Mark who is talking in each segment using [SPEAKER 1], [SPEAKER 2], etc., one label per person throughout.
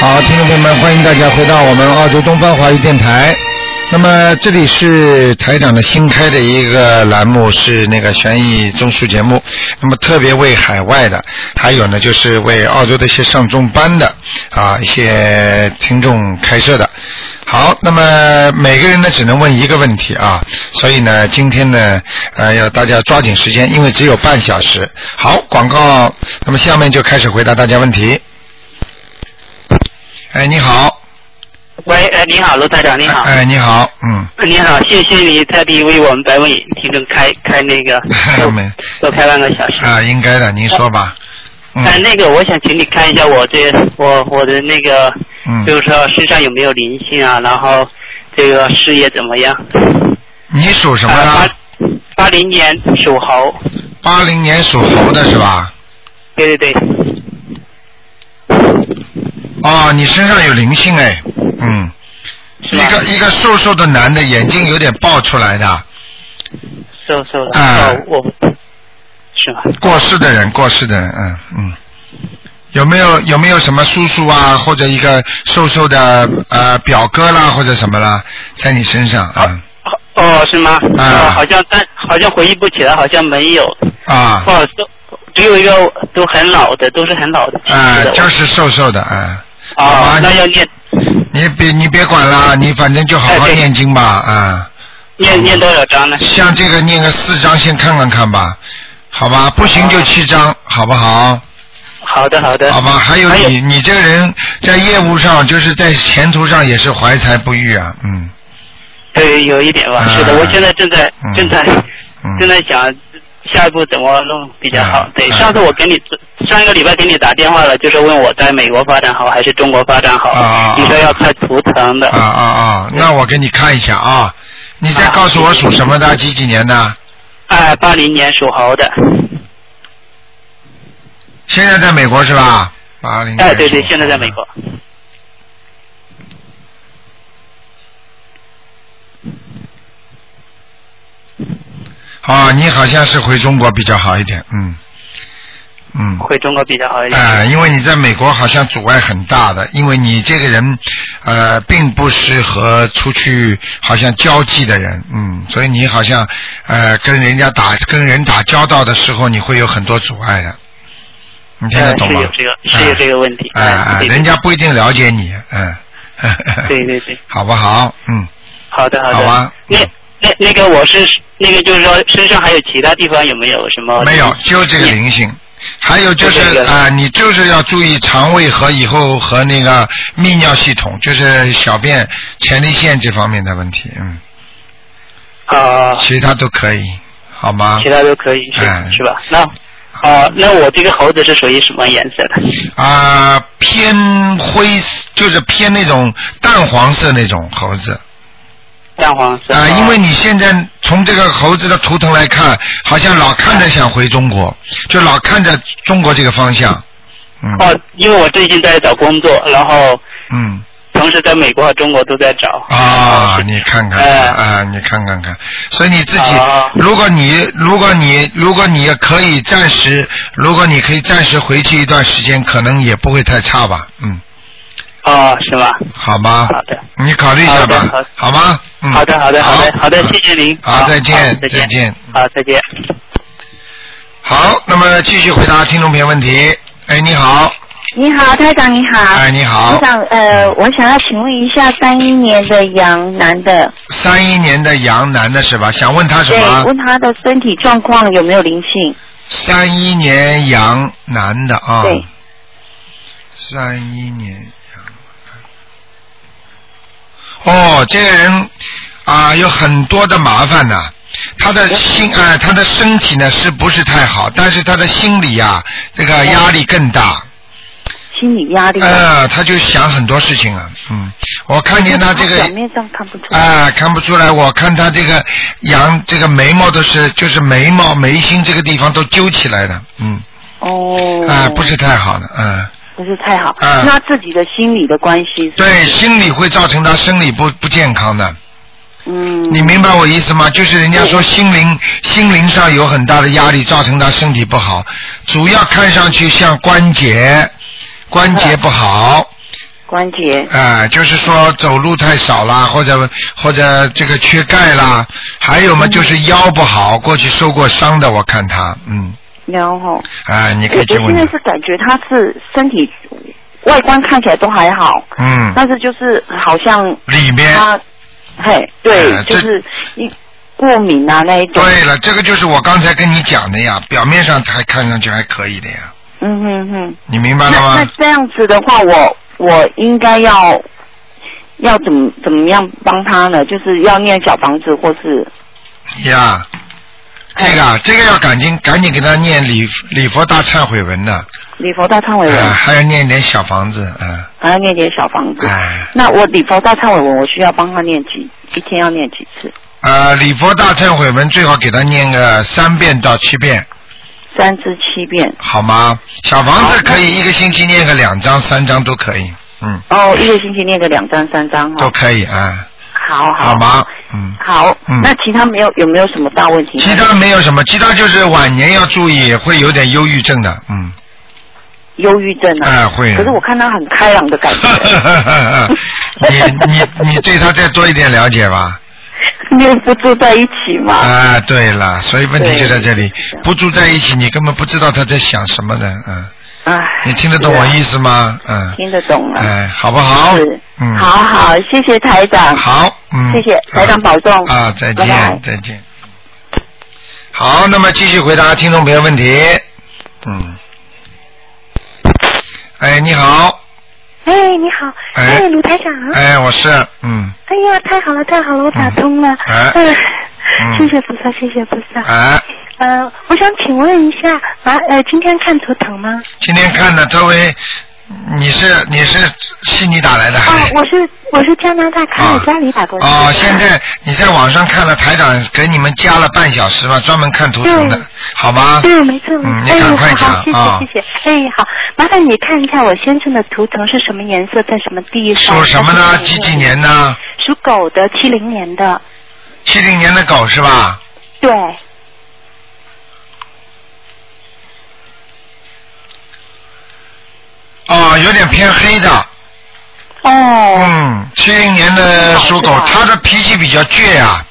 [SPEAKER 1] 好，听众朋友们，欢迎大家回到我们澳洲东方华语电台。那么这里是台长的新开的一个栏目，是那个悬疑综述节目。那么特别为海外的，还有呢就是为澳洲的一些上中班的啊一些听众开设的。好，那么每个人呢只能问一个问题啊，所以呢今天呢呃要大家抓紧时间，因为只有半小时。好，广告，那么下面就开始回答大家问题。哎，你好，
[SPEAKER 2] 喂，哎，你好，卢台长，你好，
[SPEAKER 1] 哎，你好，嗯，
[SPEAKER 2] 你好，谢谢你特地为我们百位听众开开那个
[SPEAKER 1] 没
[SPEAKER 2] 多开半个小时。
[SPEAKER 1] 啊，应该的，您说吧，嗯
[SPEAKER 2] 哎，那个我想请你看一下我这我我的那个，
[SPEAKER 1] 嗯
[SPEAKER 2] 就，是说身上有没有灵性啊，然后这个事业怎么样？
[SPEAKER 1] 你属什么
[SPEAKER 2] 啊
[SPEAKER 1] 呢？
[SPEAKER 2] 八八零年属猴，
[SPEAKER 1] 八零年属猴的是吧？
[SPEAKER 2] 对对对，
[SPEAKER 1] 哦，你身上有灵性哎，嗯，
[SPEAKER 2] 是
[SPEAKER 1] 一
[SPEAKER 2] 吧？
[SPEAKER 1] 个一个瘦瘦的男的，眼睛有点爆出来的，
[SPEAKER 2] 瘦瘦的，
[SPEAKER 1] 啊
[SPEAKER 2] 哦，我是吧？
[SPEAKER 1] 过世的人，过世的人，嗯嗯，有没有有没有什么叔叔啊，或者一个瘦瘦的呃表哥啦，或者什么啦，在你身上啊
[SPEAKER 2] 哦，是吗？
[SPEAKER 1] 啊
[SPEAKER 2] 哦，好像但好像回忆不起来，好像没有。
[SPEAKER 1] 啊
[SPEAKER 2] 哦，都只有一个都很老的，都是很老的。
[SPEAKER 1] 啊
[SPEAKER 2] 是，的
[SPEAKER 1] 就是瘦瘦的啊。好吧
[SPEAKER 2] 哦，那要念
[SPEAKER 1] 你别你别管啦，你反正就好好
[SPEAKER 2] 哎对哎
[SPEAKER 1] 念经吧啊！
[SPEAKER 2] 念念多少章呢？
[SPEAKER 1] 像这个念个四章，先看看看吧，好吧？不行
[SPEAKER 2] 哦
[SPEAKER 1] 就七章，好不好？
[SPEAKER 2] 好的，好的。
[SPEAKER 1] 好吧？还有
[SPEAKER 2] 还有
[SPEAKER 1] 你你这个人在业务上，就是在前途上也是怀才不遇啊，嗯
[SPEAKER 2] 对，有一点吧。
[SPEAKER 1] 啊
[SPEAKER 2] 是的，我现在正在
[SPEAKER 1] 嗯
[SPEAKER 2] 正在正
[SPEAKER 1] 嗯。
[SPEAKER 2] 在想下一步怎么弄比较好
[SPEAKER 1] 啊。
[SPEAKER 2] 对，
[SPEAKER 1] 啊
[SPEAKER 2] 上次我给你上一个礼拜给你打电话了，就是问我在美国发展好还是中国发展
[SPEAKER 1] 啊啊啊
[SPEAKER 2] 好。你说要看图腾的
[SPEAKER 1] 啊，啊啊！那我给你看一下啊，你再
[SPEAKER 2] 啊
[SPEAKER 1] 告诉我属什么的，几几年的？
[SPEAKER 2] 哎，八零年属猴的。
[SPEAKER 1] 嗯现在在美国是吧？八零。
[SPEAKER 2] 哎，对对，现在在美。国。
[SPEAKER 1] 啊，你好像是回中国比较好一点，嗯嗯。
[SPEAKER 2] 回中国比较好一点。
[SPEAKER 1] 啊、因为你在美国好像阻碍很大的，因为你这个人，呃，并不适合出去好像交际的人，嗯，所以你好像呃跟人家打跟人打交道的时候，你会有很多阻碍的，你听得懂吗
[SPEAKER 2] 呃？是有这个，是有这个问题。
[SPEAKER 1] 哎哎哎
[SPEAKER 2] 对对
[SPEAKER 1] 人家不一定了解你，嗯，
[SPEAKER 2] 对对对，
[SPEAKER 1] 好不好？嗯，
[SPEAKER 2] 好的好的。
[SPEAKER 1] 好啊吧
[SPEAKER 2] 那那那个我是那个就是说身上还有其他地方有没有什么？
[SPEAKER 1] 没有，就这个灵性。还有就是
[SPEAKER 2] 就这个
[SPEAKER 1] 啊、你就是要注意肠胃和以后和那个泌尿系统，就是小便前列腺这方面的问题，嗯。
[SPEAKER 2] 啊，
[SPEAKER 1] 其他都可以，好吗
[SPEAKER 2] 其？他都可以是
[SPEAKER 1] 啊哎
[SPEAKER 2] 是吧？那啊，那我这个猴子是属于什么颜色 的？
[SPEAKER 1] 啊、偏灰就是偏那种淡黄色那种猴子
[SPEAKER 2] 淡黄色。
[SPEAKER 1] 啊、
[SPEAKER 2] 哦
[SPEAKER 1] 因为你现在从这个猴子的图腾来看，好像老看着想回中国，就老看着中国这个方向，嗯、
[SPEAKER 2] 哦，因为我最近在找工作，然后
[SPEAKER 1] 嗯
[SPEAKER 2] 同时在美国和中国都在找。
[SPEAKER 1] 啊，你看看
[SPEAKER 2] 哎
[SPEAKER 1] 啊，你看看看，所以你自己
[SPEAKER 2] 啊，
[SPEAKER 1] 如果你如果你如果你可以暂时，如果你可以暂时回去一段时间，可能也不会太差吧，嗯，
[SPEAKER 2] 哦，是吗？
[SPEAKER 1] 好吗？
[SPEAKER 2] 好的。
[SPEAKER 1] 你考虑一下吧，
[SPEAKER 2] 好的
[SPEAKER 1] 好吗？啊嗯，
[SPEAKER 2] 好的，好的，好的，好的，
[SPEAKER 1] 嗯
[SPEAKER 2] 谢谢您。啊
[SPEAKER 1] 好，再见，再
[SPEAKER 2] 再见，
[SPEAKER 1] 见。
[SPEAKER 2] 好，再见。
[SPEAKER 1] 好，那么继续回答听众朋友问题。哎，你好，
[SPEAKER 3] 你好，台长你好。
[SPEAKER 1] 哎，你好嗯
[SPEAKER 3] 我，想呃，我想要请问一下，三一年的羊男的，
[SPEAKER 1] 三一年的羊男的是吧？想问他什
[SPEAKER 3] 对，
[SPEAKER 1] 么？
[SPEAKER 3] 问他的身体状况有没有灵性？
[SPEAKER 1] 三一年羊男的啊。
[SPEAKER 3] 对。
[SPEAKER 1] 三一年羊男。哦，这个人啊、有很多的麻烦呐、他的心啊、他的身体呢是不是太好？但是他的心理呀、这个压力更大。
[SPEAKER 3] 心理压力。啊
[SPEAKER 1] 呃，他就想很多事情啊，嗯，我看见他这个
[SPEAKER 3] 表面上看不出来。
[SPEAKER 1] 啊、看不出来，我看他这个羊这个眉毛都是就是眉毛眉心这个地方都揪起来的，嗯，
[SPEAKER 3] 哦。
[SPEAKER 1] 啊、不是太好的，嗯、
[SPEAKER 3] 不是太好。
[SPEAKER 1] 啊
[SPEAKER 3] 那自己的心理的关系。
[SPEAKER 1] 对，心理会造成他生理不不健康的，
[SPEAKER 3] 嗯。
[SPEAKER 1] 你明白我意思吗？就是人家说心灵心灵上有很大的压力，造成他身体不好，主要看上去像关节关节不好，
[SPEAKER 3] 关节。
[SPEAKER 1] 啊、就是说走路太少啦，或者或者这个缺钙啦，还有嘛就是腰不好，过去受过伤的，我看他，嗯，
[SPEAKER 3] 然后，
[SPEAKER 1] 啊、你可
[SPEAKER 3] 我
[SPEAKER 1] 以去
[SPEAKER 3] 我
[SPEAKER 1] 问
[SPEAKER 3] 现在
[SPEAKER 1] 他，
[SPEAKER 3] 是感觉他是身体外观看起来都还好，
[SPEAKER 1] 嗯，
[SPEAKER 3] 但是就是好像
[SPEAKER 1] 里面。
[SPEAKER 3] 他，嘿，对，
[SPEAKER 1] 呃
[SPEAKER 3] 就
[SPEAKER 1] 这
[SPEAKER 3] 是一过敏啊那一种。
[SPEAKER 1] 对了，这个就是我刚才跟你讲的呀，表面上还看上去还可以的呀，
[SPEAKER 3] 嗯哼哼。
[SPEAKER 1] 你明白
[SPEAKER 3] 那
[SPEAKER 1] 了
[SPEAKER 3] 那
[SPEAKER 1] 吗？
[SPEAKER 3] 这样子的话，我我应该要要怎么怎么样帮他呢？就是要念小房子，或是呃
[SPEAKER 1] 呀，这个
[SPEAKER 3] 哎
[SPEAKER 1] 啊，这个要赶紧赶紧给他念礼礼佛大忏悔文呢，
[SPEAKER 3] 礼佛大忏悔
[SPEAKER 1] 啊、
[SPEAKER 3] 文，
[SPEAKER 1] 还要念点小房子，啊、
[SPEAKER 3] 还要念点小房子。
[SPEAKER 1] 哎、
[SPEAKER 3] 那我礼佛大忏悔文，我需要帮他念几一天要念几次？
[SPEAKER 1] 呃，礼佛大忏悔文最好给他念个三遍到七遍，
[SPEAKER 3] 三至七遍。
[SPEAKER 1] 好吗？小房子可以一个星期念个两张、三张都可以，嗯，
[SPEAKER 3] 哦，一个星期念个两张、三张
[SPEAKER 1] 都
[SPEAKER 3] 哈。
[SPEAKER 1] 可以啊，
[SPEAKER 3] 好
[SPEAKER 1] 好
[SPEAKER 3] 好
[SPEAKER 1] 吗？嗯。
[SPEAKER 3] 好
[SPEAKER 1] 嗯，
[SPEAKER 3] 那其他没有有没有什么大问题？
[SPEAKER 1] 其他没有什么，其他就是晚年要注意，会有点忧郁症的，嗯，
[SPEAKER 3] 忧郁症啊。
[SPEAKER 1] 哎会的
[SPEAKER 3] 可是我看他很开朗的感 觉。
[SPEAKER 1] 你你你对他再多一点了解吧。
[SPEAKER 3] 因为不住在一起嘛。
[SPEAKER 1] 啊，对了，所以问题就在这里
[SPEAKER 3] 对，
[SPEAKER 1] 不住在一起，你根本不知道他在想什么的，嗯，
[SPEAKER 3] 唉，
[SPEAKER 1] 你听得懂我
[SPEAKER 3] 是啊
[SPEAKER 1] 意思吗？嗯，
[SPEAKER 3] 听得懂
[SPEAKER 4] 啊
[SPEAKER 3] 了。
[SPEAKER 1] 哎，好不好
[SPEAKER 3] 是？
[SPEAKER 1] 嗯，
[SPEAKER 3] 好好，谢谢台长。
[SPEAKER 1] 好，嗯，
[SPEAKER 3] 谢谢台长
[SPEAKER 1] 啊
[SPEAKER 3] 保重
[SPEAKER 1] 啊，再
[SPEAKER 3] 拜拜
[SPEAKER 1] 见，再见。好，那么继续回答听众朋友问题。嗯，哎，你好，
[SPEAKER 5] 哎，你好，
[SPEAKER 1] 哎
[SPEAKER 5] 哎，卢台长，
[SPEAKER 1] 哎，我是，嗯，
[SPEAKER 5] 哎呀，太好了，太好了，我打通了，
[SPEAKER 1] 哎
[SPEAKER 5] 哎
[SPEAKER 1] 嗯
[SPEAKER 5] 谢谢菩萨，谢谢菩萨。
[SPEAKER 1] 哎，
[SPEAKER 5] 呃，我想请问一下，啊，呃，今天看图腾吗？
[SPEAKER 1] 今天看的周围，你是你是悉尼打来的
[SPEAKER 5] 哦
[SPEAKER 1] 还是？，
[SPEAKER 5] 我是我是加拿大卡尔加里打过去的。
[SPEAKER 1] 哎哦，现在你在网上看了台长给你们加了半小时嘛，专门看图腾的
[SPEAKER 5] 对，
[SPEAKER 1] 好吗？
[SPEAKER 5] 对，没错，
[SPEAKER 1] 嗯，你
[SPEAKER 5] 哎，
[SPEAKER 1] 赶
[SPEAKER 5] 好
[SPEAKER 1] 快讲
[SPEAKER 5] 好，谢
[SPEAKER 1] 啊
[SPEAKER 5] 谢，谢谢。哎，好，麻烦你看一下我先生的图腾是什么颜色，在什么地方？
[SPEAKER 1] 属什么
[SPEAKER 5] 他
[SPEAKER 1] 呢？
[SPEAKER 5] 是
[SPEAKER 1] 几几？年呢？
[SPEAKER 5] 属狗的，七零年的。
[SPEAKER 1] 七零年的狗是吧？
[SPEAKER 5] 对，哦
[SPEAKER 1] 哦，有点偏黑的。
[SPEAKER 5] 哦，
[SPEAKER 1] 嗯，七零年的属狗
[SPEAKER 5] 哦，是吧
[SPEAKER 1] 他的脾气比较倔啊。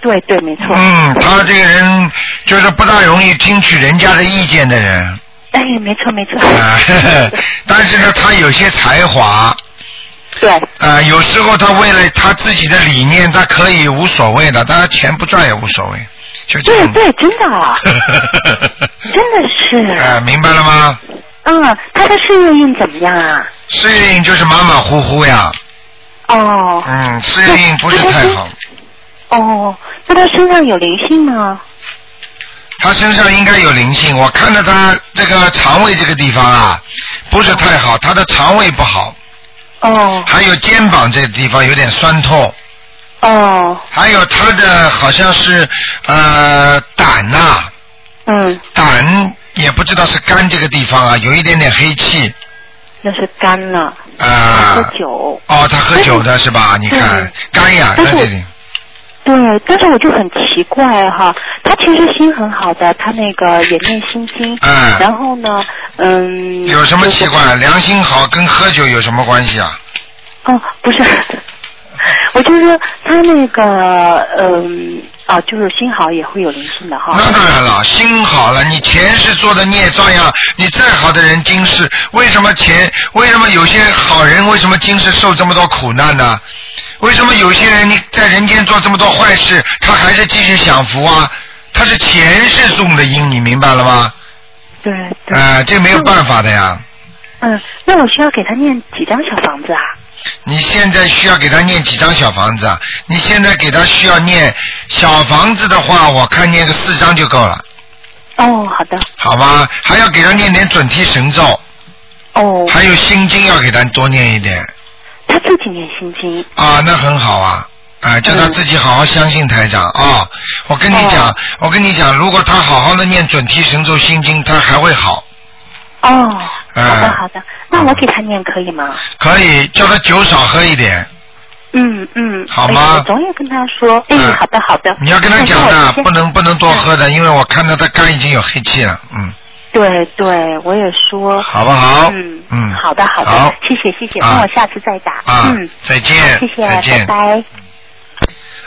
[SPEAKER 5] 对对，没错。
[SPEAKER 1] 嗯，他这个人就是不大容易听取人家的意见的人
[SPEAKER 5] 哎，没错没错。
[SPEAKER 1] 啊。 呵呵但是呢，他有些才华。
[SPEAKER 5] 对。
[SPEAKER 1] 啊，有时候他为了他自己的理念，他可以无所谓的，他钱不赚也无所谓，就这
[SPEAKER 5] 对
[SPEAKER 1] 样。
[SPEAKER 5] 对，真的啊，真的
[SPEAKER 1] 啊、
[SPEAKER 5] 是。
[SPEAKER 1] 明白了吗？
[SPEAKER 5] 嗯，他的事业运怎么样啊？
[SPEAKER 1] 适应就是马马虎虎呀，
[SPEAKER 5] 哦
[SPEAKER 1] 嗯，适应不是太好。
[SPEAKER 5] 哦，那他身上有灵性吗？
[SPEAKER 1] 他身上应该有灵性，我看着他这个肠胃这个地方啊，不是太好，他的肠胃不好，
[SPEAKER 5] 哦
[SPEAKER 1] 还有肩膀这个地方有点酸痛，
[SPEAKER 5] 哦，
[SPEAKER 1] 还有他的好像是呃胆呐、
[SPEAKER 5] 嗯，
[SPEAKER 1] 胆也不知道是肝这个地方啊，有一点点黑气
[SPEAKER 5] 那是肝了，
[SPEAKER 1] 啊。
[SPEAKER 5] 喝酒。
[SPEAKER 1] 哦，他喝酒的是吧？你看
[SPEAKER 5] 嗯
[SPEAKER 1] 肝呀，在
[SPEAKER 5] 但是
[SPEAKER 1] 这里。
[SPEAKER 5] 对，但是我就很奇怪哈，他其实心很好的，他那个也念心经，
[SPEAKER 1] 嗯
[SPEAKER 5] 然后呢，嗯，
[SPEAKER 1] 有什么
[SPEAKER 5] 就是
[SPEAKER 1] 奇怪？良心好跟喝酒有什么关系啊？
[SPEAKER 5] 哦，不是， 我就说他那个，嗯，啊，就是心好也会有灵性的哈。
[SPEAKER 1] 那当然了，心好了，你前世做的孽照样，你再好的人今世为什么前为什么有些好人为什么今世受这么多苦难呢？为什么有些人你在人间做这么多坏事，他还是继续享福啊？他是前世种的因，你明白了吗？
[SPEAKER 5] 对对，
[SPEAKER 1] 啊、这没有办法的呀。
[SPEAKER 5] 嗯，那我需要给他念几张小房子啊？
[SPEAKER 1] 你现在需要给他念几张小房子啊？你现在给他需要念小房子的话，我看念个四张就够了，
[SPEAKER 5] 哦，好的，
[SPEAKER 1] 好吗？还要给他念点准提神咒，
[SPEAKER 5] 哦，
[SPEAKER 1] 还有心经要给他多念一点
[SPEAKER 5] 他自己念心经，
[SPEAKER 1] 啊，那很好啊。啊，叫他自己好好相信台长
[SPEAKER 5] 嗯
[SPEAKER 1] 啊、我跟你讲，
[SPEAKER 5] 哦
[SPEAKER 1] 我跟你讲，如果他好好的念准提神咒心经，他还会好。
[SPEAKER 5] 哦，好
[SPEAKER 1] 哎
[SPEAKER 5] 的好的，那我给他念可以吗？
[SPEAKER 1] 可以叫他酒少喝一点，
[SPEAKER 5] 嗯嗯，
[SPEAKER 1] 好
[SPEAKER 5] 哎
[SPEAKER 1] 吗
[SPEAKER 5] 我总也跟他说，哎，
[SPEAKER 1] 嗯
[SPEAKER 5] 好的好的。
[SPEAKER 1] 你要跟他
[SPEAKER 5] 那
[SPEAKER 1] 讲
[SPEAKER 5] 那我
[SPEAKER 1] 的，
[SPEAKER 5] 先
[SPEAKER 1] 不能不能多喝的，因为我看到他肝已经有黑气了，嗯。
[SPEAKER 5] 对对，我也说。
[SPEAKER 1] 好不好？
[SPEAKER 5] 嗯
[SPEAKER 1] 嗯，
[SPEAKER 5] 好的好的，
[SPEAKER 1] 好
[SPEAKER 5] 谢谢谢谢，
[SPEAKER 1] 啊
[SPEAKER 5] 那我下次再打。
[SPEAKER 1] 啊
[SPEAKER 5] 嗯，，
[SPEAKER 1] 再见
[SPEAKER 5] 谢，谢，
[SPEAKER 1] 再见
[SPEAKER 5] 拜，拜。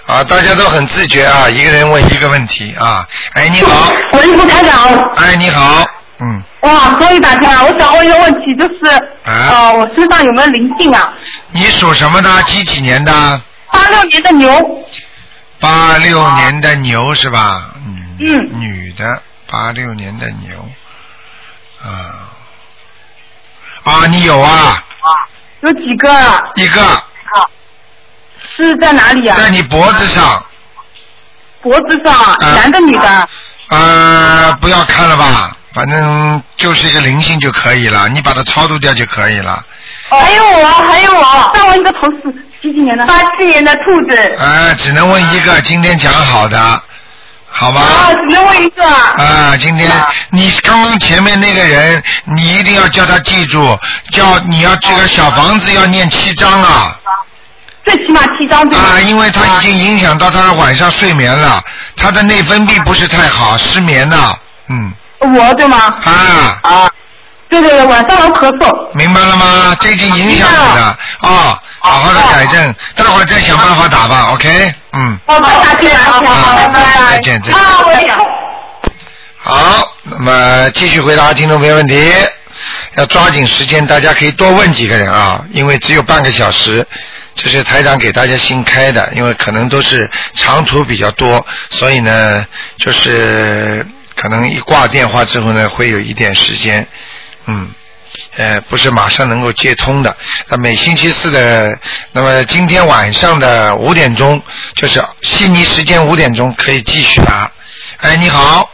[SPEAKER 1] 啊，大家都很自觉啊，一个人问一个问题啊，哎，你好，
[SPEAKER 6] 喂，卢台长，
[SPEAKER 1] 哎，你好，嗯，
[SPEAKER 6] 哇，终于打通了。我想问一个问题，就是，
[SPEAKER 1] 啊
[SPEAKER 6] 呃，我身上有没有灵性啊？
[SPEAKER 1] 你属什么的？几几年的？
[SPEAKER 6] 八六年的牛，
[SPEAKER 1] 八六年的牛是吧？嗯，
[SPEAKER 6] 嗯
[SPEAKER 1] 女的，八六年的牛，啊，啊，你有啊，
[SPEAKER 6] 有几个啊？
[SPEAKER 1] 一个
[SPEAKER 6] 是在哪里啊？
[SPEAKER 1] 在你脖子上，
[SPEAKER 6] 脖子上啊，
[SPEAKER 1] 啊
[SPEAKER 6] 男的女的？
[SPEAKER 1] 呃，不要看了吧，反正就是一个灵性就可以了，你把它超度掉就可以了。
[SPEAKER 6] 还有我，还有我，
[SPEAKER 5] 再问一个同事，几几年的？
[SPEAKER 6] 哦八七年的兔子。
[SPEAKER 1] 哎，只能问一个，今天讲好的，好
[SPEAKER 6] 啊，
[SPEAKER 1] 吧？
[SPEAKER 6] 只能问一个啊。
[SPEAKER 1] 啊，今天
[SPEAKER 6] 啊
[SPEAKER 1] 你刚刚前面那个人，你一定要叫他记住，叫你要这个小房子要念七章啊
[SPEAKER 6] 最起码七张对吧？
[SPEAKER 1] 啊，因为他已经影响到他的晚上睡眠了，他的内分泌不是太好，失眠呐，嗯
[SPEAKER 6] 我对吗？
[SPEAKER 1] 啊，
[SPEAKER 6] 啊，对对对，晚上我咳嗽。
[SPEAKER 1] 明白了吗？这已经影响你了啊，好好的改正，待会儿再想办法打吧，OK？嗯。
[SPEAKER 6] 我快打进来，好
[SPEAKER 1] 好
[SPEAKER 6] 拜拜。
[SPEAKER 1] 再见再见
[SPEAKER 6] 啊，我也。
[SPEAKER 1] 好，那么继续回答听众朋友问题。要抓紧时间，大家可以多问几个人啊，因为只有半个小时。这是台长给大家新开的，因为可能都是长途比较多，所以呢，就是可能一挂电话之后呢，会有一点时间，嗯。呃，不是马上能够接通的。那每星期四的，那么今天晚上的五点钟，就是悉尼时间五点钟可以继续打。哎，你好。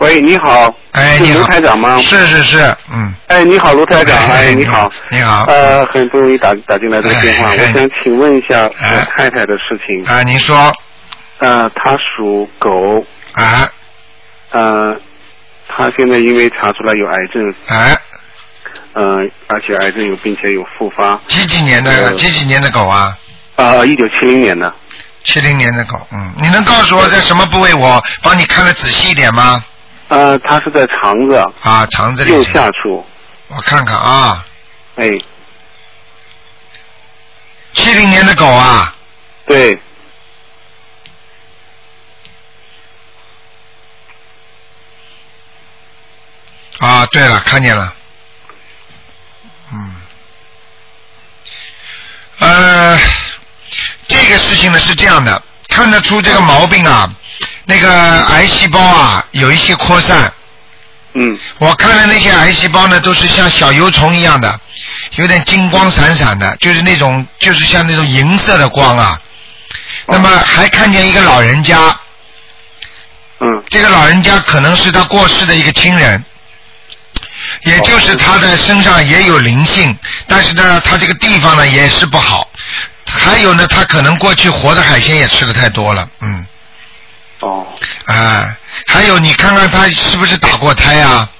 [SPEAKER 7] 喂，你好。
[SPEAKER 1] 哎，
[SPEAKER 7] 是
[SPEAKER 1] 你好，
[SPEAKER 7] 卢台长吗？
[SPEAKER 1] 是是是，嗯，
[SPEAKER 7] 哎，你好，卢台长。哎，你好。
[SPEAKER 1] 你好，
[SPEAKER 7] 呃，很不容易打打进来这个电话，
[SPEAKER 1] 啊嗯哎
[SPEAKER 7] 我
[SPEAKER 1] 哎
[SPEAKER 7] 想请问一下
[SPEAKER 1] 哎
[SPEAKER 7] 我太太的事情。
[SPEAKER 1] 啊，您说
[SPEAKER 7] 呃，她属狗，
[SPEAKER 1] 啊
[SPEAKER 7] 呃，她现在因为查出来有癌症，
[SPEAKER 1] 啊，
[SPEAKER 7] 呃，而且癌症有并且有复发。
[SPEAKER 1] 几几年的
[SPEAKER 7] 呃
[SPEAKER 1] 几几年的狗啊？
[SPEAKER 7] 呃，一九七零年的，
[SPEAKER 1] 七零年的狗，嗯，你能告诉我在什么部位？我帮你看的仔细一点吗？
[SPEAKER 7] 呃，她是在肠子
[SPEAKER 1] 啊，肠子里
[SPEAKER 7] 右，下处，
[SPEAKER 1] 我看看啊，
[SPEAKER 7] 哎，
[SPEAKER 1] 七零年的狗啊，
[SPEAKER 7] 对，
[SPEAKER 1] 啊，对了，看见了，嗯，呃，这个事情呢是这样的，看得出这个毛病啊，那个癌细胞啊有一些扩散，
[SPEAKER 7] 嗯，
[SPEAKER 1] 我看了那些癌细胞呢，都是像小油虫一样的，有点金光闪闪的，就是那种就是像那种银色的光啊。那么还看见一个老人家，
[SPEAKER 7] 嗯，
[SPEAKER 1] 这个老人家可能是他过世的一个亲人，也就是他的身上也有灵性，但是呢，他这个地方呢也是不好。还有呢，他可能过去活的海鲜也吃的太多了，嗯，
[SPEAKER 7] 哦，
[SPEAKER 1] 啊，还有你看看他是不是打过胎啊？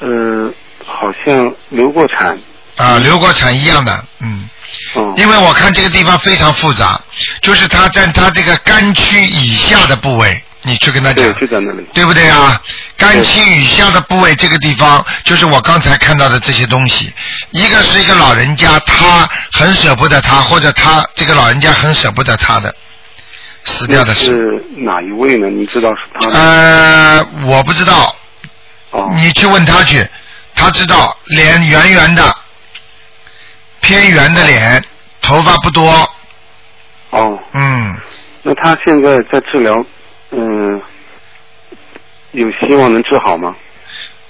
[SPEAKER 7] 呃，好像流过产，
[SPEAKER 1] 啊，流过产一样的，嗯。
[SPEAKER 7] 嗯，
[SPEAKER 1] 因为我看这个地方非常复杂，就是他在他这个肝区以下的部位，你去跟他讲
[SPEAKER 7] 对，，就在那里，
[SPEAKER 1] 对不对啊？肝区以下的部位这个地方，就是我刚才看到的这些东西。一个是一个老人家，他很舍不得他，或者他这个老人家很舍不得他的死掉的事。
[SPEAKER 7] 是哪一位呢？你知道是他吗？
[SPEAKER 1] 呃，我不知道，
[SPEAKER 7] 哦，
[SPEAKER 1] 你去问他去，他知道脸圆圆的，偏圆的脸，头发不多，
[SPEAKER 7] 哦，
[SPEAKER 1] 嗯。
[SPEAKER 7] 那他现在在治疗，嗯、有希望能治好吗？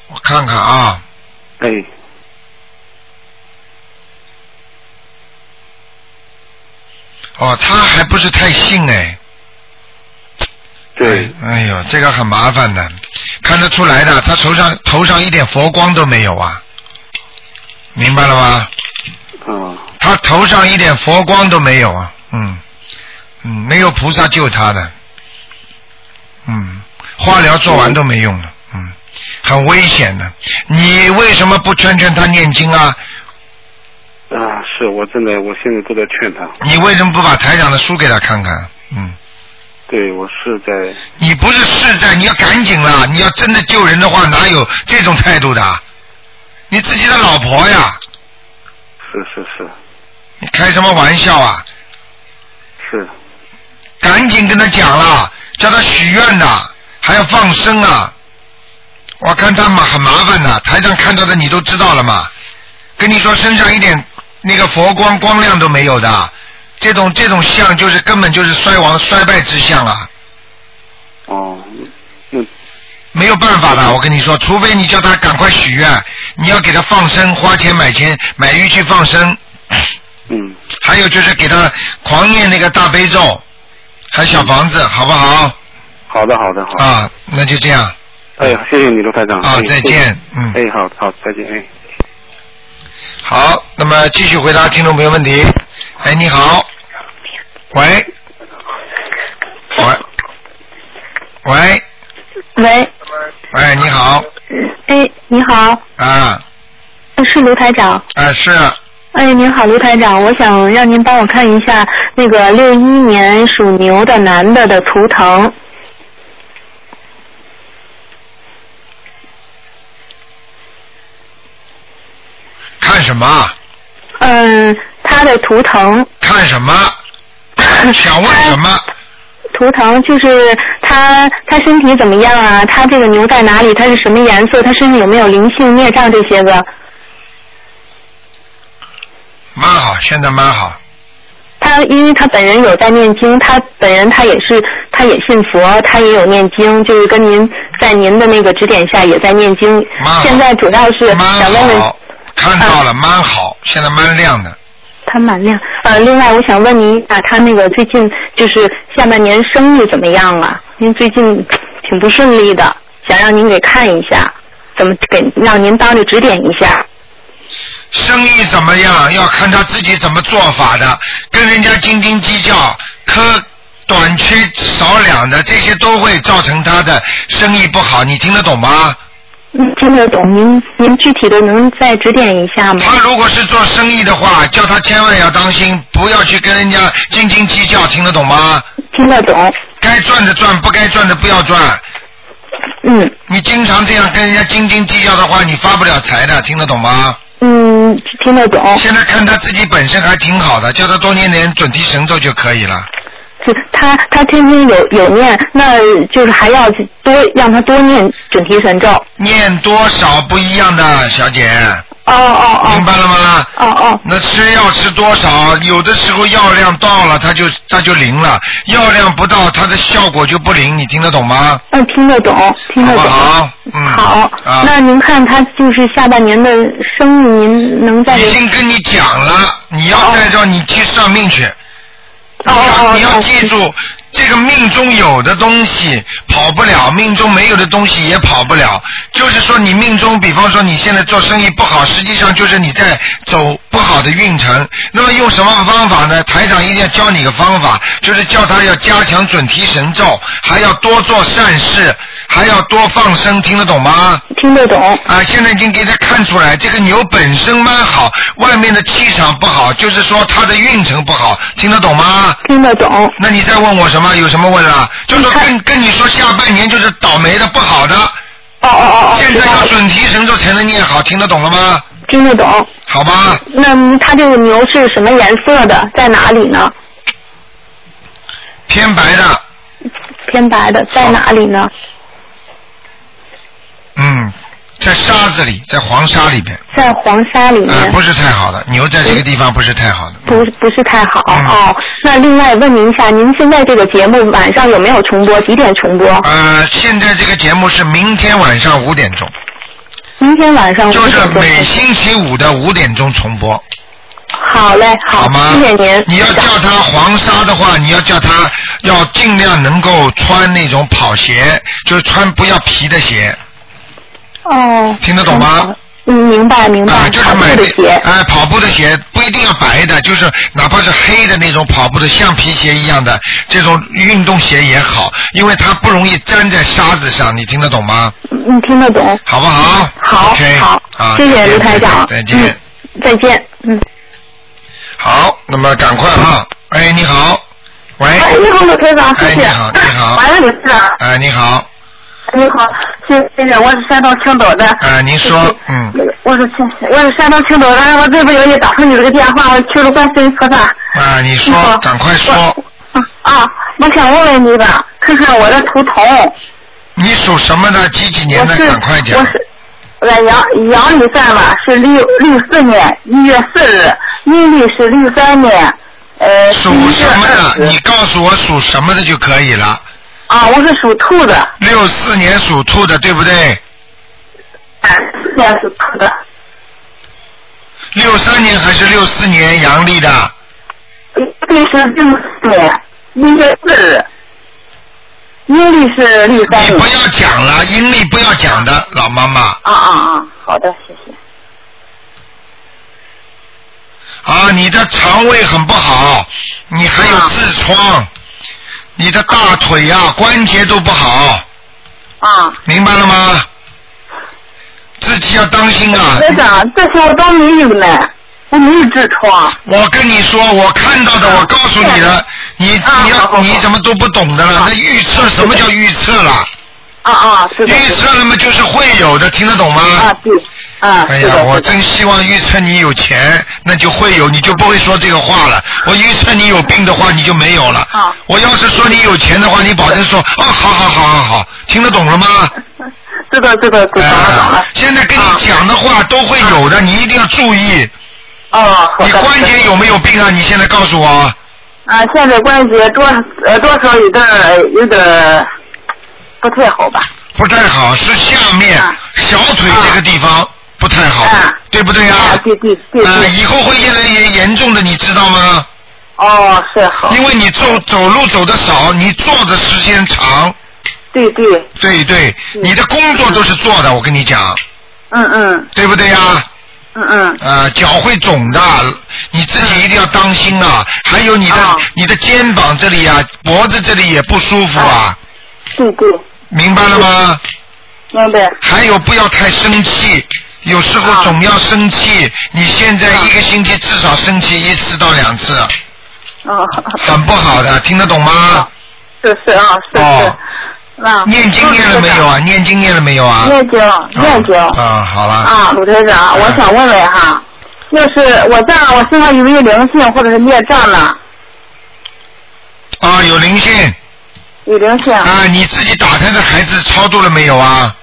[SPEAKER 1] 我看看啊，
[SPEAKER 7] 哎，
[SPEAKER 1] 哦，他还不是太信哎。
[SPEAKER 7] 对，
[SPEAKER 1] 哎。哎呦，这个很麻烦的，看得出来的，他头上头上一点佛光都没有啊，明白了吗？
[SPEAKER 7] 嗯、
[SPEAKER 1] 他头上一点佛光都没有啊，嗯，嗯，没有菩萨救他的，嗯，化疗做完都没用了，嗯，很危险的。你为什么不劝劝他念经啊？
[SPEAKER 7] 啊，是我正在，我现在都在劝他。
[SPEAKER 1] 你为什么不把台长的书给他看看？嗯，
[SPEAKER 7] 对，我是在
[SPEAKER 1] 你不是是在，你要赶紧了。你要真的救人的话，哪有这种态度的？你自己的老婆呀，
[SPEAKER 7] 是是是
[SPEAKER 1] 你开什么玩笑啊？
[SPEAKER 7] 是，
[SPEAKER 1] 赶紧跟他讲了，叫他许愿呐，还要放生啊。我看他嘛很麻烦的，台上看到的你都知道了嘛。跟你说身上一点那个佛光光亮都没有的，这种这种相就是根本就是衰亡衰败之相啊。
[SPEAKER 7] 哦，那
[SPEAKER 1] 没有办法的，我跟你说，除非你叫他赶快许愿，你要给他放生，花钱买钱买鱼去放生，
[SPEAKER 7] 嗯
[SPEAKER 1] 还有就是给他狂念那个大悲咒，还有小房子，好不好？
[SPEAKER 7] 好的好的好的，
[SPEAKER 1] 啊，那就这样
[SPEAKER 7] 哎呀，谢谢你卢台长，
[SPEAKER 1] 啊
[SPEAKER 7] 哎，
[SPEAKER 1] 再见，嗯，
[SPEAKER 7] 谢谢哎好好再见哎。
[SPEAKER 1] 好，那么继续回答听众朋友问题。哎，你好，喂，喂，喂，
[SPEAKER 4] 喂，
[SPEAKER 1] 喂，你好，
[SPEAKER 4] 哎，你好，
[SPEAKER 1] 啊，
[SPEAKER 4] 是卢台长。
[SPEAKER 1] 啊是，
[SPEAKER 4] 哎，您好，卢台长，我想让您帮我看一下那个六一年属牛的男的的图腾。
[SPEAKER 1] 看什么？
[SPEAKER 4] 嗯，他的图腾，
[SPEAKER 1] 看什 么？想问什么？
[SPEAKER 4] 图腾就是他他身体怎么样啊？他这个牛在哪里？他是什么颜色？他身上有没有灵性、孽障这些个？
[SPEAKER 1] 蛮好，现在蛮好。
[SPEAKER 4] 他因为他本人有在念经，他本人他也是他也信佛，他也有念经，就是跟您在您的那个指点下也在念经
[SPEAKER 1] 蛮好。
[SPEAKER 4] 现在主要是
[SPEAKER 1] 蛮
[SPEAKER 4] 想问问
[SPEAKER 1] 啊好，看到了，蛮好，现在蛮亮的。
[SPEAKER 4] 他蛮亮。呃，另外我想问您啊，他那个最近就是下半年生意怎么样啊？您最近挺不顺利的，想让您给看一下，怎么给让您帮着指点一下。
[SPEAKER 1] 生意怎么样，要看他自己怎么做法的，跟人家斤斤计较，苛短缺少两的，这些都会造成他的生意不好。你听得懂吗？
[SPEAKER 4] 嗯，听得懂您，您具体的能再指点一下吗？
[SPEAKER 1] 他如果是做生意的话，叫他千万要当心，不要去跟人家斤斤计较，听得懂吗？
[SPEAKER 4] 听得懂，
[SPEAKER 1] 该赚的赚，不该赚的不要赚。
[SPEAKER 4] 嗯
[SPEAKER 1] 你经常这样跟人家斤斤计较的话，你发不了财的，听得懂吗？
[SPEAKER 4] 嗯，听得懂。
[SPEAKER 1] 现在看他自己本身还挺好的，叫他多念点准提神咒就可以了。
[SPEAKER 4] 就他他天天有有念，那就是还要多让他多念准提神咒。
[SPEAKER 1] 念多少不一样的，小姐，
[SPEAKER 4] 哦哦
[SPEAKER 1] 明
[SPEAKER 4] 哦
[SPEAKER 1] 白了吗？
[SPEAKER 4] 哦哦，
[SPEAKER 1] 那吃药吃多少？有的时候药量到了，它就它就灵了；药量不到，它的效果就不灵。你听得懂吗？
[SPEAKER 4] 嗯，听得懂，听
[SPEAKER 1] 好
[SPEAKER 4] 得
[SPEAKER 1] 不
[SPEAKER 4] 懂。
[SPEAKER 1] 好？嗯。
[SPEAKER 4] 好，
[SPEAKER 1] 啊，
[SPEAKER 4] 那您看他就是下半年的生意，您能再
[SPEAKER 1] 已经跟你讲了，你要再说你去算命去。
[SPEAKER 4] 哦哦哦
[SPEAKER 1] 你要你要
[SPEAKER 4] 哦
[SPEAKER 1] 记住，这个命中有的东西跑不了，命中没有的东西也跑不了。就是说，你命中，比方说你现在做生意不好，实际上就是你在走不好的运程。那么用什么方法呢？台长一定要教你个方法，就是叫他要加强准提神咒，还要多做善事，还要多放生，听得懂吗？
[SPEAKER 4] 听得懂？
[SPEAKER 1] 啊，现在已经给他看出来，这个牛本身蛮好，外面的气场不好，就是说它的运程不好，听得懂吗？
[SPEAKER 4] 听得懂？
[SPEAKER 1] 那你再问我什么？有什么问啊？就说跟跟你说下半年就是倒霉的不好的，
[SPEAKER 4] 哦哦哦哦，
[SPEAKER 1] 现
[SPEAKER 4] 知
[SPEAKER 1] 在
[SPEAKER 4] 道
[SPEAKER 1] 要
[SPEAKER 4] 了，
[SPEAKER 1] 准提神咒才能念好，听得懂了吗？
[SPEAKER 4] 听得懂。
[SPEAKER 1] 好吧，
[SPEAKER 4] 那他这个牛是什么颜色的？在哪里呢？
[SPEAKER 1] 偏白的，
[SPEAKER 4] 偏白的，在哪里呢？
[SPEAKER 1] 嗯，在沙子里，在黄沙里边，
[SPEAKER 4] 在黄沙里面。
[SPEAKER 1] 啊、不是太好的，牛在这个地方不是太好的。
[SPEAKER 4] 嗯不是不是太好、
[SPEAKER 1] 嗯
[SPEAKER 4] 哦。那另外问您一下，您现在这个节目晚上有没有重播？几点重播？
[SPEAKER 1] 呃，现在这个节目是明天晚上五点钟，
[SPEAKER 4] 明天晚上
[SPEAKER 1] 就
[SPEAKER 4] 五
[SPEAKER 1] 是
[SPEAKER 4] 点多
[SPEAKER 1] 每星期五的五点钟重播，
[SPEAKER 4] 好嘞，好，
[SPEAKER 1] 吗？
[SPEAKER 4] 谢谢您。
[SPEAKER 1] 你要
[SPEAKER 4] 是的
[SPEAKER 1] 叫他黄沙的话，你要叫他要尽量能够穿那种跑鞋，就是穿不要皮的鞋，
[SPEAKER 4] 哦，
[SPEAKER 1] 听得懂吗？
[SPEAKER 4] 嗯，明白明白。
[SPEAKER 1] 啊，就是
[SPEAKER 4] 跑步
[SPEAKER 1] 买
[SPEAKER 4] 的
[SPEAKER 1] 那
[SPEAKER 4] 鞋。
[SPEAKER 1] 哎，跑步的鞋不一定要白的，就是哪怕是黑的那种跑步的橡皮鞋一样的这种运动鞋也好，因为它不容易粘在沙子上，你听得懂吗？
[SPEAKER 4] 嗯，听得懂。
[SPEAKER 1] 好不好？
[SPEAKER 4] 好
[SPEAKER 1] o k
[SPEAKER 4] 好
[SPEAKER 1] 啊，
[SPEAKER 4] 谢谢
[SPEAKER 1] 再见
[SPEAKER 4] 卢台长
[SPEAKER 1] 再见。
[SPEAKER 4] 嗯再见，嗯。
[SPEAKER 1] 好，那么赶快哈。哎，你好，喂，
[SPEAKER 4] 哎，你好，鲁台长，谢
[SPEAKER 1] 哎，
[SPEAKER 4] 谢。
[SPEAKER 1] 你好，你好，
[SPEAKER 4] 完了，鲁台长，
[SPEAKER 1] 哎，你好，
[SPEAKER 4] 你好，谢谢谢，我是山东青岛的。
[SPEAKER 1] 哎，您说，嗯，
[SPEAKER 4] 我是青，我是山东青岛的，我最不容易打通你这个电话，我求着观世音菩萨。
[SPEAKER 1] 啊，你
[SPEAKER 4] 你
[SPEAKER 1] 说
[SPEAKER 4] 嗯好，
[SPEAKER 1] 赶快说，
[SPEAKER 4] 啊啊，我想问问你吧，看看我的图腾，
[SPEAKER 1] 你属什么的？几几年
[SPEAKER 4] 我
[SPEAKER 1] 的？
[SPEAKER 4] 是
[SPEAKER 1] 赶快讲
[SPEAKER 4] 我。是。呃，阳阳历算吧，是六六四年一月四日，阴历是六三年，呃，
[SPEAKER 1] 属
[SPEAKER 4] 11月
[SPEAKER 1] 什么的？
[SPEAKER 4] 20
[SPEAKER 1] 你告诉我属什么的就可以了。
[SPEAKER 4] 啊，我是属兔的，
[SPEAKER 1] 六四年属兔的，对不对？
[SPEAKER 4] 哎四年属兔的，
[SPEAKER 1] 六三年还是六四年阳历的？
[SPEAKER 4] 阴历是六四年一月四日，阴历是六三
[SPEAKER 1] 你
[SPEAKER 4] 年
[SPEAKER 1] 不。要讲了，阴历不要讲的，老妈妈
[SPEAKER 4] 啊啊啊！好的，谢谢。
[SPEAKER 1] 啊，你的肠胃很不好，你还有
[SPEAKER 4] 啊
[SPEAKER 1] 痔疮，你的大腿呀、关节都不好，
[SPEAKER 4] 啊，
[SPEAKER 1] 明白了吗？自己要当心啊！
[SPEAKER 4] 台长，这些我都没有呢，我没有痔疮。
[SPEAKER 1] 我跟你说，我看到的，我告诉你的，你
[SPEAKER 4] 啊
[SPEAKER 1] 你
[SPEAKER 4] 好好
[SPEAKER 1] 要
[SPEAKER 4] 好
[SPEAKER 1] 你怎么都不懂的了？那预测什么叫预测了？
[SPEAKER 4] 啊啊，是的，
[SPEAKER 1] 预
[SPEAKER 4] 是的
[SPEAKER 1] 测了嘛，就是会有的，听得懂吗？
[SPEAKER 4] 啊对，啊
[SPEAKER 1] 哎
[SPEAKER 4] 是的
[SPEAKER 1] 呀，我
[SPEAKER 4] 是的
[SPEAKER 1] 真希望预测你有钱，那就会有，你就不会说这个话了。我预测你有病的话，你就没有了。
[SPEAKER 4] 啊
[SPEAKER 1] 我要是说你有钱的话，你保证说，哦，好好好好好，听得懂了吗？
[SPEAKER 4] 知道知道知道懂
[SPEAKER 1] 啊
[SPEAKER 4] 了。
[SPEAKER 1] 现在跟你讲的话都会有的，你一定要注意。
[SPEAKER 4] 哦，好的
[SPEAKER 1] 你关节有没有病啊？你现在告诉我，
[SPEAKER 4] 啊，现在关节多呃多少有点儿有点儿不太好吧？
[SPEAKER 1] 不太好，是下面
[SPEAKER 4] 啊
[SPEAKER 1] 小腿这个地方不太好
[SPEAKER 4] 啊，
[SPEAKER 1] 对不对呀？
[SPEAKER 4] 啊，对对对
[SPEAKER 1] 啊，
[SPEAKER 4] 对。
[SPEAKER 1] 以后会越来越严重的，你知道吗？
[SPEAKER 4] 哦，是好，
[SPEAKER 1] 因为你走走路走的少，你坐的时间长，
[SPEAKER 4] 对对，
[SPEAKER 1] 对对，你的工作都是坐的，我跟你讲，
[SPEAKER 4] 嗯嗯
[SPEAKER 1] 对不对呀？
[SPEAKER 4] 嗯嗯，
[SPEAKER 1] 呃，脚会肿的，你自己一定要当心啊。还有你的、
[SPEAKER 4] 啊
[SPEAKER 1] 你的肩膀这里啊，脖子这里也不舒服啊，
[SPEAKER 4] 对对，
[SPEAKER 1] 明白了吗？
[SPEAKER 4] 明白。
[SPEAKER 1] 还有不要太生气，有时候
[SPEAKER 4] 啊
[SPEAKER 1] 总要生气。你现在一个星期至少生气一次到两次，
[SPEAKER 4] 哦，
[SPEAKER 1] 很不好的，听得懂吗？
[SPEAKER 4] 是是啊，是
[SPEAKER 1] 哦
[SPEAKER 4] 是。那
[SPEAKER 1] 念经念了没有？
[SPEAKER 4] 嗯
[SPEAKER 1] 啊？念经念了没有啊？
[SPEAKER 4] 念经，念经。
[SPEAKER 1] 啊，啊好了。
[SPEAKER 4] 啊，鲁台长，我想问问哈，就是我这样，我身上有没有灵性或者是孽障呢？
[SPEAKER 1] 啊，有灵性
[SPEAKER 4] 有灵性，
[SPEAKER 1] 啊！你自己打胎的孩子超度了没有啊？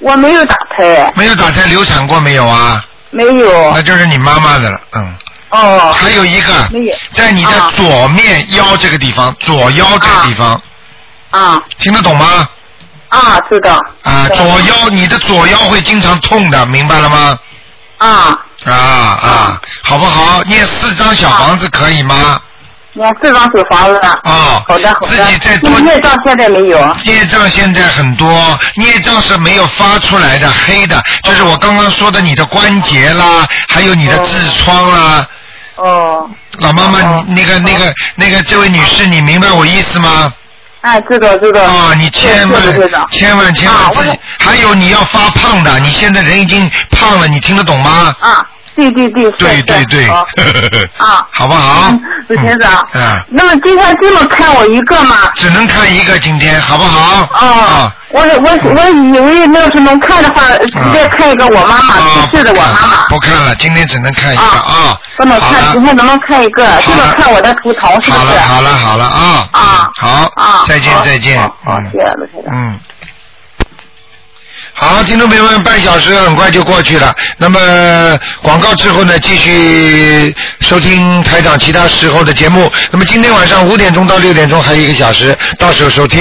[SPEAKER 4] 我没有打胎，
[SPEAKER 1] 没有打胎流产过没有啊？
[SPEAKER 4] 没有
[SPEAKER 1] 那。就是你妈妈的了，嗯。
[SPEAKER 4] 哦，
[SPEAKER 1] 还有一个
[SPEAKER 4] 没有，
[SPEAKER 1] 在你的
[SPEAKER 4] 啊
[SPEAKER 1] 左面腰这个地方，左腰这个地方，
[SPEAKER 4] 啊
[SPEAKER 1] 听得懂吗？
[SPEAKER 4] 啊，知道。
[SPEAKER 1] 啊，
[SPEAKER 4] 对
[SPEAKER 1] 左腰，你的左腰会经常痛的，明白了吗？
[SPEAKER 4] 啊，
[SPEAKER 1] 啊啊，好不好？念四张小房子可以吗？
[SPEAKER 4] 你看这张小房子。
[SPEAKER 1] 啊，
[SPEAKER 4] 好的好的。
[SPEAKER 1] 自己再多
[SPEAKER 4] 那孽障现在没有。
[SPEAKER 1] 业障现在很多，业障是没有发出来的，黑的，就是我刚刚说的你的关节啦，还有你的痔疮啦。
[SPEAKER 4] 哦，
[SPEAKER 1] 老妈妈，你那个、那个、那个，这位女士，你明白我意思吗？
[SPEAKER 4] 哎，知道知道。
[SPEAKER 1] 啊，你千万
[SPEAKER 4] 对对对的
[SPEAKER 1] 千万千万
[SPEAKER 4] 啊
[SPEAKER 1] 自己
[SPEAKER 4] 我，
[SPEAKER 1] 还有你要发胖的，你现在人已经胖了，你听得懂吗？
[SPEAKER 4] 啊，对对对，是
[SPEAKER 1] 对
[SPEAKER 4] 是
[SPEAKER 1] 对对
[SPEAKER 4] 哦， 啊
[SPEAKER 1] 好不好
[SPEAKER 4] 嗯？鲁先生，
[SPEAKER 1] 嗯啊，
[SPEAKER 4] 那么今天只能看我一个嘛？
[SPEAKER 1] 只能看一个今天，好不好？
[SPEAKER 4] 哦
[SPEAKER 1] 啊，
[SPEAKER 4] 我我我以为那要是能看的话，再看一个我妈妈
[SPEAKER 1] 啊，
[SPEAKER 4] 去世的我妈妈，
[SPEAKER 1] 不看了，今天只能看一个啊
[SPEAKER 4] 啊。不能
[SPEAKER 1] 好了
[SPEAKER 4] 看，今天能不能看一个？
[SPEAKER 1] 好
[SPEAKER 4] 就
[SPEAKER 1] 了
[SPEAKER 4] 能看我的图腾，是不
[SPEAKER 1] 好
[SPEAKER 4] 是
[SPEAKER 1] 了？好了好了啊！
[SPEAKER 4] 啊
[SPEAKER 1] 好，
[SPEAKER 4] 啊，
[SPEAKER 1] 再见
[SPEAKER 4] 好
[SPEAKER 1] 再见，
[SPEAKER 4] 好好，谢谢卢先生。
[SPEAKER 1] 嗯。好，听众朋友们，半小时很快就过去了。那么广告之后呢，继续收听台长其他时候的节目。那么今天晚上五点钟到六点钟还有一个小时，到时候收听。